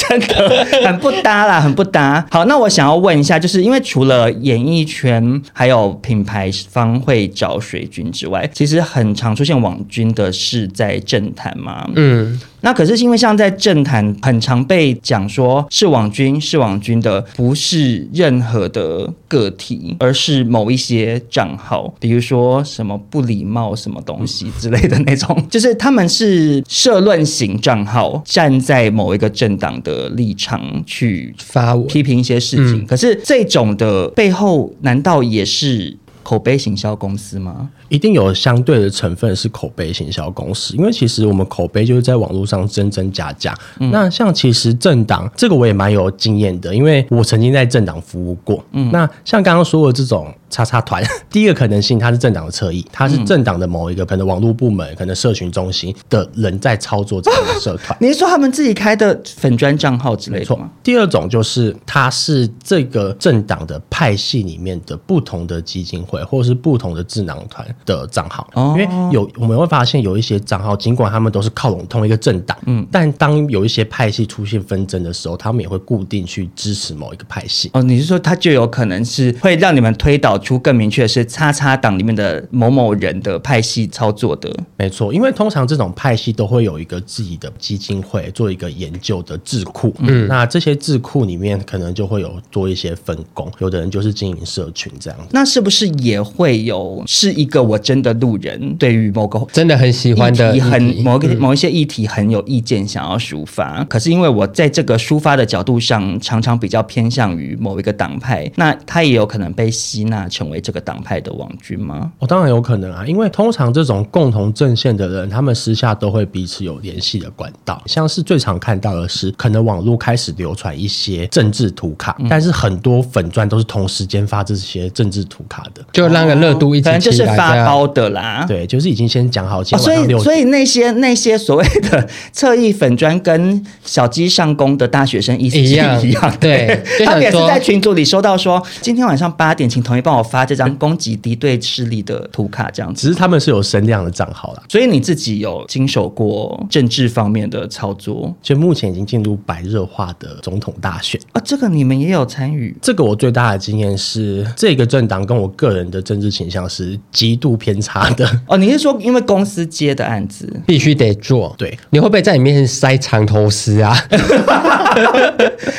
真的 很不搭啦，很不搭。好，那我想要问一下，就是因为除了演艺圈还有品牌方会找水军之外，其实很常出现网军的是在政坛嘛。嗯，那可是因为像在政坛很常被讲说是网军是网军的，不是任何的个体，而是某一些账号，比如说什么不礼貌什么东西之类的那种， 就是他们是社论型账号，站在某一个政党的立场去发文批评一些事情。可是这种的背后，难道也是口碑行销公司吗？一定有相对的成分是口碑行销公司，因为其实我们口碑就是在网络上真真假假。那像其实政党这个我也蛮有经验的，因为我曾经在政党服务过。那像刚刚说的这种叉叉团， 第一个可能性它是政党的侧翼，它是政党的某一个可能网络部门、可能社群中心的人在操作这个社团。你是说他们自己开的粉砖账号之类没的错吗？。第二种就是它是这个政党的派系里面的不同的基金会或者是不同的智囊团的账号，哦因为有我们会发现有一些账号，尽管他们都是靠拢同一个政党，嗯，但当有一些派系出现纷争的时候，他们也会固定去支持某一个派系。哦，你是说他就有可能是会让你们推导出更明确的是叉叉党里面的某某人的派系操作的？没错，因为通常这种派系都会有一个自己的基金会做一个研究的智库，嗯，那这些智库里面可能就会有做一些分工，有的人就是经营社群这样子。那是不是也会有是一个我真的路人对于某个真的很喜欢的议题很议题嗯某个某一些议题很有意见想要抒发，可是因为我在这个抒发的角度上，常常比较偏向于某一个党派，那他也有可能被吸纳成为这个党派的网军吗？哦，当然有可能啊，因为通常这种共同阵线的人，他们私下都会彼此有联系的管道。像是最常看到的是，可能网络开始流传一些政治图卡，嗯但是很多粉钻都是同时间发这些政治图卡的。就让个热度一哦可能直就起是来，这发样包的啦。对，就是已经先讲好，今啊哦、天所晚上以六所点。以那些那些所谓的侧翼粉砖跟小鸡上工的大学生意思是一样一样的，对就 他想们也是说在群组里收到说，今天晚上八点，请同意帮我发这张攻击敌对势力的图卡，这样子。只是他们是有声量的账号啦，所以你自己有经手过政治方面的操作所以目前已经进入白热化的总统大选。啊、这个你们也有参与这个我最大的经验是，这个政党跟我个人的政治倾向是极度偏差的。 哦，你是说因为公司接的案子？必须得做。对，你会不会在你面前塞长头丝 啊？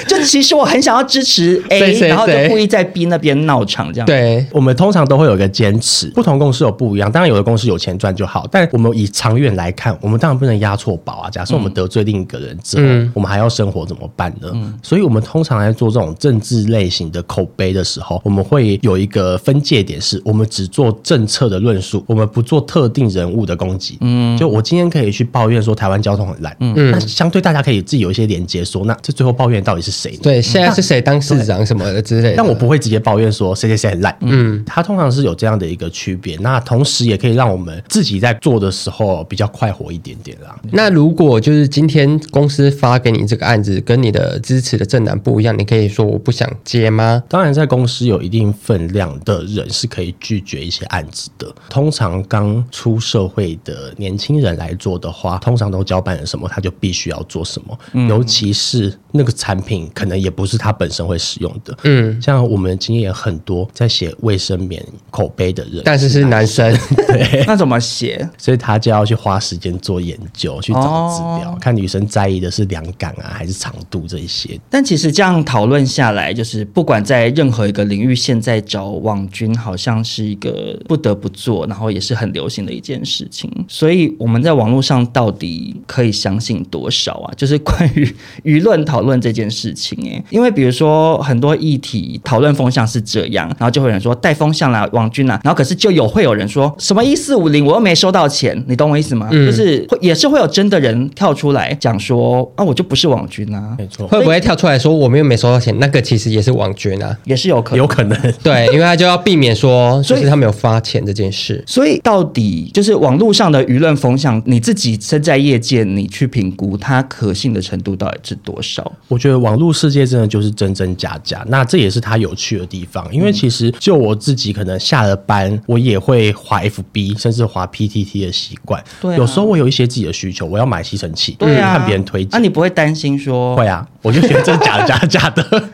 就其实我很想要支持 A，谁谁然后就谁故意在 B 那边闹场这样。，对，我们通常都会有一个坚持，不同公司有不一样。当然，有的公司有钱赚就好，但我们以长远来看，我们当然不能押错宝啊。假设我们得罪另一个人之后，我们还要生活怎么办呢？所以，我们通常在做这种政治类型的口碑的时候，我们会有一个分界点是，我们只做政策的论述，我们不做特定人物的攻击。嗯，就我今天可以去抱怨说台湾交通很烂，嗯，那相对大家可以自己有一些连接说，那这最后抱怨到底是谁呢？嗯对，现在是谁当市长什么的之类的。但我不会直接抱怨说谁谁谁很烂，嗯，它通常是有这样的一个区别。那同时也可以让我们自己在做的时候比较快活一点点啦。那如果就是今天公司发给你这个案子，跟你的支持的政党不一样，你可以说我不想接吗？当然，在公司有一定分量的人是可以拒绝一些案子的。通常刚出社会的年轻人来做的话，通常都交办了什么，他就必须要做什么。尤其是那个产品可能也不是他本身会使用的。嗯，像我们经验也很多在写卫生棉口碑的人，但是是男 生，那怎么写？所以他就要去花时间做研究，去找资料，哦看女生在意的是量感啊，还是长度这一些。但其实这样讨论下来，就是不管在任何一个领域，现在找网军好像是一个不得不做，然后也是很流行的一件事情。所以我们在网络上到底可以相信多少啊？就是关于舆论讨论这件事情、欸，因为比如说很多议题讨论风向是这样，然后就会有人说带风向啦，网军啦，然后可是就有会有人说什么一四五零，我又没收到钱，你懂我意思吗？就是会也是会有真的人跳出来讲说啊，我就不是网军啊，没错，会不会跳出来说我们又没收到钱？那个其实也是网军啊。也是有可能有。可能。对，因为他就要避免说，就所以是他没有发钱这件事。所以到底就是网络上的舆论风向，你自己身在业界，你去评估它可信的程度到底是多少？我觉得网络世界真的就是真真假假，那这也是它有趣的地方。因为其实就我自己，可能下了班我也会滑 FB，甚至滑 PTT 的习惯。对啊有时候我有一些自己的需求，我要买吸尘器，对啊，嗯看别人推荐那、。你不会担心说会啊，我就觉得真假的假的假 的，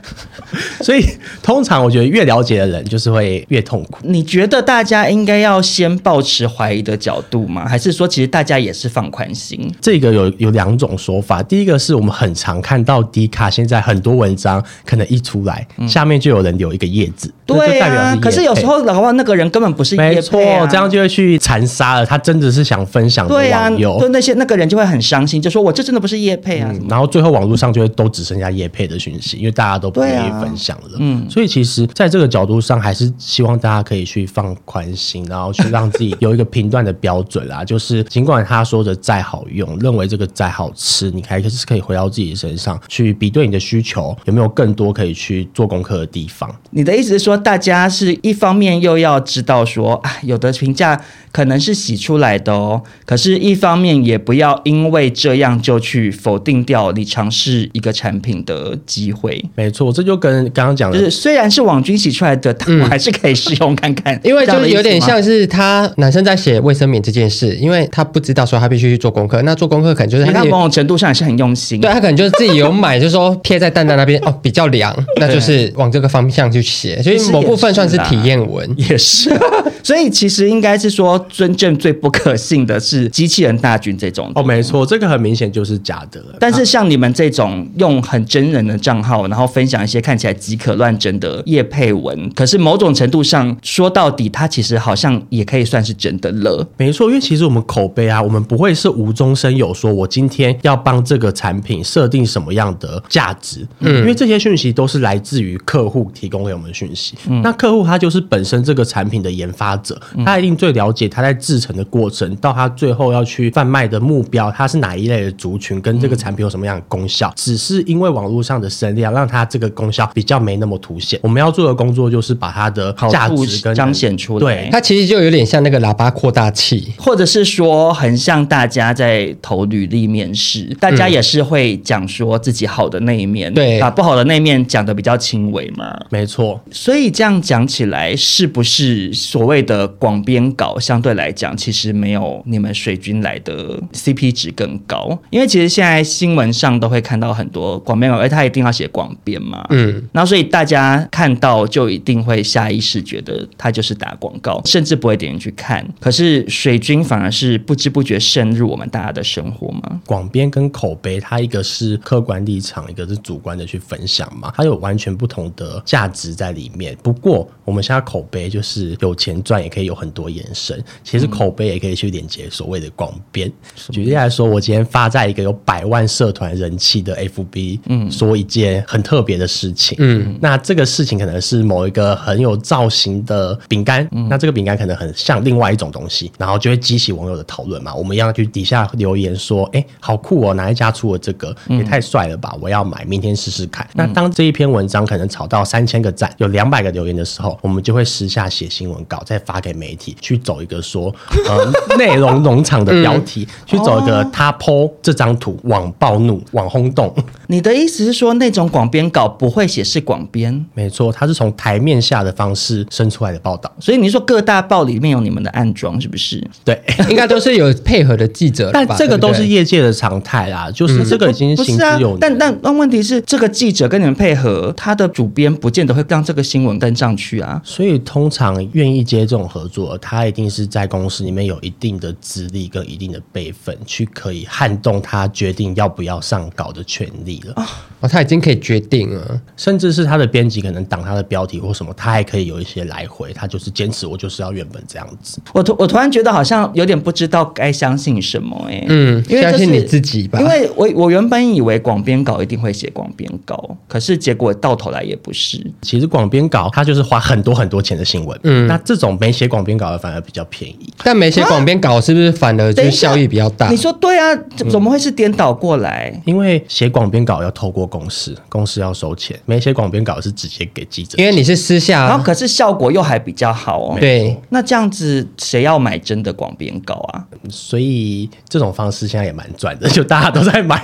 所以通常我觉得越了解的人就是会越痛苦。你觉得大家应该要先保持怀疑的角度吗？还是说其实大家也是放宽心？这个有有两种说法，第一个是我们很常看到低卡现在很多文章可能一出来，下面就有人留一个叶子，那就嗯对代表啊，业可是有时配。候的话，那个人根本不是业没错配啊，这样就会去残杀了。他真的是想分享的对啊，网友，嗯对那些那个人就会很伤心，就说我这真的不是业配啊，什么然后最后网络上就会都只剩下叶配的讯息，因为大家都不愿对意啊分享了。嗯，所以其实在这个角度上，还是希望大家可以去放宽心，然后去让自己有一个评断的标准啦。 就是尽管他说的再好用，认为这个再好吃，你还是可以回到自己身上去比对你的需求，有没有更多可以去做功课的地方。你的意思是说，大家是一方面又要知道说，啊，有的评价可能是洗出来的哦，可是一方面也不要因为这样就去否定掉你尝试一个产品的机会。没错，这就跟刚刚讲就的是虽然是网军洗出来的，但我还是可以试用看看，嗯 因为这就样是的意思有点吗像是他男生在写卫生棉这件事，因为他不知道说他必须去做功课，那做功课可能就是其实他他自己某种程度上也是很用心。对他啊可能就是自己有买，就是说贴在蛋蛋那边哦，比较凉，那就是往这个方向去写，所以某部分算是体验文。也是， 所以其实应该是说，真正最不可信的是机器人大军这种哦，没错，这个很明显就是假的了。但是像你们这种用很真人的账号，然后分享一些看起来极可乱真的叶配文，可是某种程度上说到底，它其实好像也可以算是真的了。没错，因为其实我们口碑啊，我们不会是无中生有，说我今天要帮这个产品设定什么样的价值，嗯，因为这些讯息都是来自于客户提供给我们的讯息。那客户他就是本身这个产品的研发者，嗯他一定最了解他在制成的过程，到他最后要去贩卖的目标，他是哪一类的族群，跟这个产品有什么样的功效。嗯只是因为网络上的声量，让它这个功效比较没那么凸显。我们要做的工作就是把它的价好处值跟彰显出来对，它其实就有点像那个喇叭扩大器，或者是说，很像大家在投履历面试，大嗯家也是会讲说自己好的那一面，对把不好的那一面讲的比较轻微嘛。没错。所以这样讲起来，是不是所谓的广编稿相对来讲，其实没有你们水军来的 CP 值更高，因为其实现在新闻上都会看到很多广编稿，而他一定要写广编嘛，嗯，然后所以大家看到就一定会下意识觉得他就是打广告，甚至不会点进去看。可是水军反而是不知不觉渗入我们大家的生活嘛。广编跟口碑，它一个是客观立场，一个是主观的去分享嘛，它有完全不同的价值在里面。不过我们现在口碑就是有钱赚，也可以有很多延伸。其实口碑也可以去连接所谓的广编。举例来说，我今天发在一个有百万社团人气的 FB，嗯，说一件很特别的事情，嗯，那这个事情可能是某一个很有造型的饼干，那这个饼干可能很像另外一种东西，然后就会激起网友的讨论嘛。我们一样去底下留言说，哎、好酷哦，哪一家出了这个，也太帅了吧，我要买，明天试试看。那当这一篇文章可能炒到三千个赞，有两百个留言的时候，我们就会私下写新闻稿，再发给媒体去走一个说，呃，内容农场的标题，去走一个他剖这张图网暴怒、网轰动。你的意思是说，那种广编稿不会写是广编？没错，它是从台面下的方式生出来的报道。所以你说各大报里面有你们的暗装是不是？对，应该都是有配合的记者了吧，但这对不个嗯都对是业界的常态啦，就是这个已经不行是之啊有年。，但但但问题是，这个记者跟你们配合，他的主编不见得会让这个新闻跟上去啊。所以通常愿意接这种合作，他一定是在公司里面有一定的资历跟一定的辈分，去可以撼动他决定要不要上稿的权利了。哦，他已经可以决定了。甚至是他的编辑可能挡他的标题或什么，他还可以有一些来回，他就是坚持我就是要原本这样子。我突我突然觉得好像有点不知道该相信什么哎、嗯，因为、就是、相信你自己吧因。为我我原本以为广编稿一定会写广编稿，可是结果到头来也不是。其实广编稿它就是花很多很多钱的新闻，嗯，那这种没写广编稿的反而比较便宜。但没写广编稿是不是反而就等一是下效益比较大嗯你？说对啊，怎怎么会是颠倒过来？因为写广编稿要透过公司，公司要收钱；没写广编稿是直接给记者。因为你是私然后下可是效果又还比较好哦。啊对，那这样子谁要买真的广编稿啊？所以这种方式现在也蛮赚的， 就大家都在买。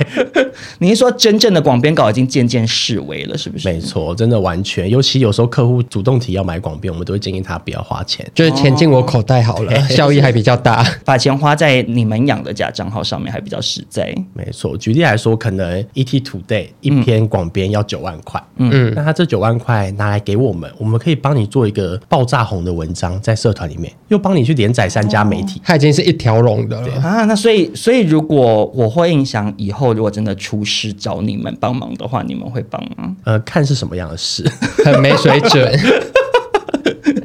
你是说真正的广编稿已经渐渐式微了，是不是？没错，真的完全。尤其有时候客户主动提要买广编，我们都会建议他不要花钱。就是钱进我口袋好了，效益还比较大。把钱花在你们养的假账号上面还比较实在。没错，举例来说，可能 ET Today 一篇广编要九万块，嗯，那他这九万块拿来给我们，我们可以帮你做一个爆炸红的文章在社团里面，又帮你去连载三家媒体。它已经是一条龙的了。啊，那所以所以如果我会印象以后如果真的出事找你们帮忙的话，你们会帮吗？ 呃，看是什么样的事。很没水准。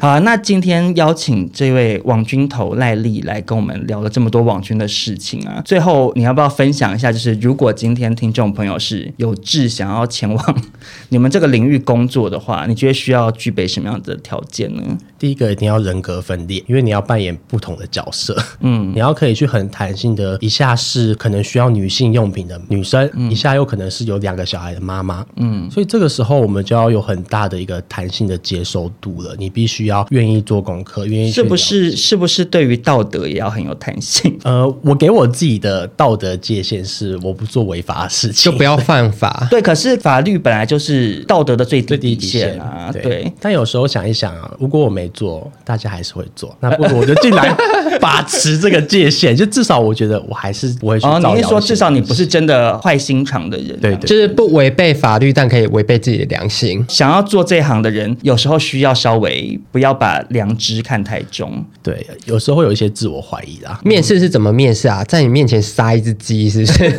好、啊，那今天邀请这位网军头赖丽来跟我们聊了这么多网军的事情啊，最后你要不要分享一下？就是如果今天听众朋友是有志想要前往你们这个领域工作的话，你觉得需要具备什么样的条件呢？第一个一定要人格分裂，因为你要扮演不同的角色，嗯，你要可以去很弹性的，一下是可能需要女性用品的女生，一下又可能是有两个小孩的妈妈，嗯，所以这个时候我们就要有很大的一个弹性的接收度了，你必须要愿意做功课，愿意去是不了是是不是对于道德也要很有弹性？呃，我给我自己的道德界限是我不做违法的事 情，就不要 犯 法。对，可是法律本来就是道德的最低最低底底线线啊，对。对但有时候想一想啊，如果我没做，大家还是会 做，那不如我就进来把持这个界限，就至少我觉得我还是不会去哦，造你是谣说性至少你不是真的坏心肠的人、啊？对对就是不违背法律，但可以违背自己的良心。想要做这行的人，有时候需要稍微不要把良知看太重。 对，有时候会有一些自我怀疑啦。面试是怎么面试啊？在你面前杀一只鸡，是不 是？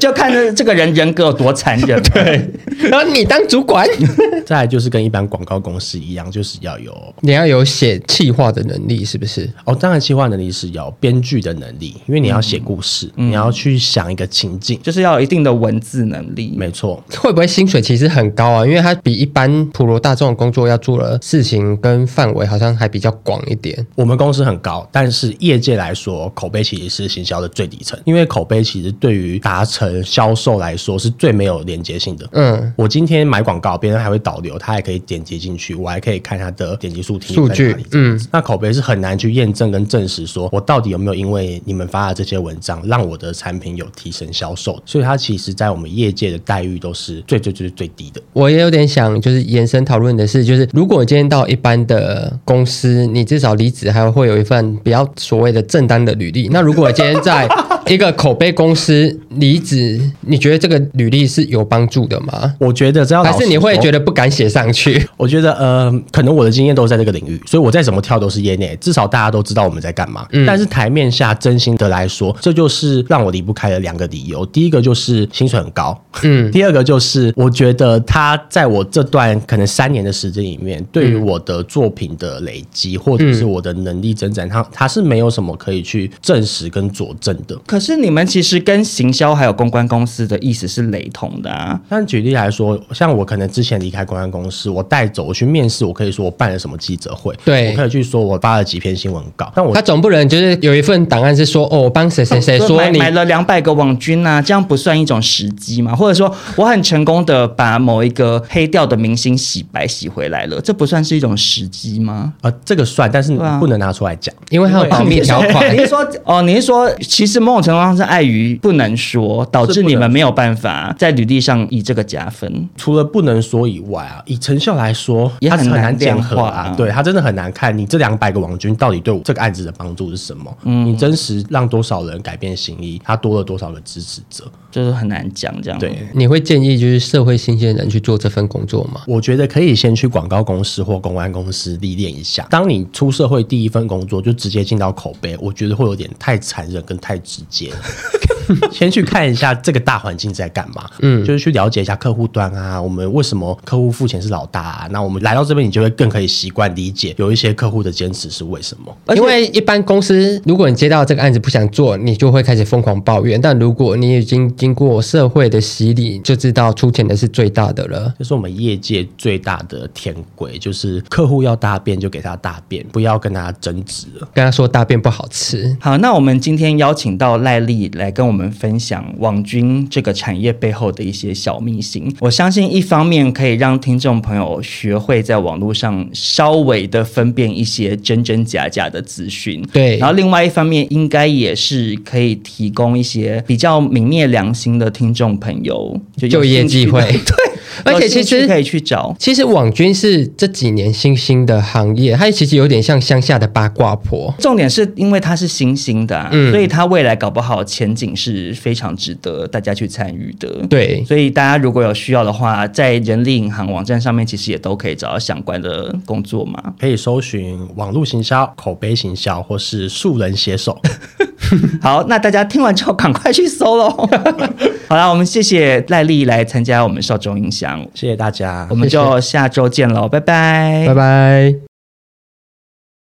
就看着这个人人格有多残忍。啊 对，然后你当主 管，再来就是跟一般广告公司一样，就是要有你要有写企划的能力，是不是？哦，当然企划能力是要编剧的能力，因为你要写故事，嗯你要去想一个情境。就是要有一定的文字能力。没错，会不会薪水其实很高啊？因为它比一般普罗大众的工作要做的事情跟范围好像还比较广一点。我们公司很高，但是业界来说，口碑其实是行销的最底层，因为口碑其实对于达成跟销售来说是最没有连接性的。嗯，我今天买广告，别人还会导流，他还可以点击进去，我还可以看他的点击数提数据嗯在哪里这样子那口碑是很难去验证跟证实，说我到底有没有因为你们发的这些文章，让我的产品有提升销售。所以它其实，在我们业界的待遇都是最最最最低的。我也有点想就是延伸讨论的是，就是如果今天到一般的公司，你至少离职还会有一份比较所谓的正当的履历。那如果今 天在一个口碑公司离职，你觉得这个履历是有帮助的吗？我觉得这要还是你会觉得？得不敢写上去？我觉得呃，可能我的经验都是在这个领域，所以我再怎么跳都是业内，至少大家都知道我们在干嘛。但是台面下，真心的来说，这就是让我离不开的两个理由。第一个就是薪水很高，嗯， 第二个就是我觉得他在我这段可能三年的时间里面，对于我的作品的累积或者是我的能力增长，他他是没有什么可以去证实跟佐证的。可是你们其实跟行销还有公关公司的意思是雷同的啊。但举例来说，像我可能之前离开公关公司，我带走我去面试，我可以说我办了什么记者会，对我可以去说我发了几篇新闻稿。但我他总不能就是有一份档案是说，哦，我帮谁 谁谁就说买你买了两百个网军啊，这样不算一种时机吗？或者说，我很成功的把某一个黑掉的明星洗白洗回来了，这不算是一种时机吗？呃，这个算，但是你对啊不能拿出来讲。因为他有 保密条 款你。是 说哦？你是说，其实某种程度上是碍于不能说，导致你们没有办法在履历上以这个加分。除了不能说以外啊，以成效来说，也它很是很难难量检核化啊啊。对，它真的很难看你这两百个网军到底对我这个案子的帮助是什么？嗯你真实让多少人改变心意，他多了多少个支持者？就是很难讲这样。对，，你会建议就是社会新鲜人去做这份工作吗？我觉得可以先去广告公司或公关公司历练一下。当你出社会第一份工作就直接进到口碑，我觉得会有点太残忍跟太直接 了。先去看一下这个大环境在干嘛，嗯，就是去了解一下客户端啊，我们为什么客户付钱是老大、啊？那我们来到这边，你就会更可以习惯理解有一些客户的坚持是为什么。而且因为一般公司，如果你接到这个案子不想做，你就会开始疯狂抱怨。但如果你已经经过社会的洗礼，就知道出钱的是最大的了。这是我们业界最大的天规，就是客户要大便就给他大便，不要跟他争执了。跟他说大便不好吃，好，那我们今天邀请到赖丽来跟我们分享网军这个产业背后的一些小秘辛。我相信一方面可以让听众朋友学会在网络上稍微的分辨一些真真假假的资讯，对然后另外一方面应该也是可以提供一些比较泯灭良心的听众朋友就 有就业兴趣机会的 对，而且有兴其实趣可以去找。其实网军是这几年新兴的行业，它其实有点像乡下的八卦婆。重点是因为它是新兴的、啊，嗯所以它未来搞不好前景是非常值得大家去参与的。对，所以大家如果有需要的话，在人力银行网站上面其实也都可以找到相关的工作嘛。可以搜寻网络行销、口碑行销，或是素人写手。好，那大家听完之后赶快去搜 喽。好啦，我们谢谢赖丽来参加我们少中音响，谢谢大家哎我。们就下周见喽，拜拜拜拜。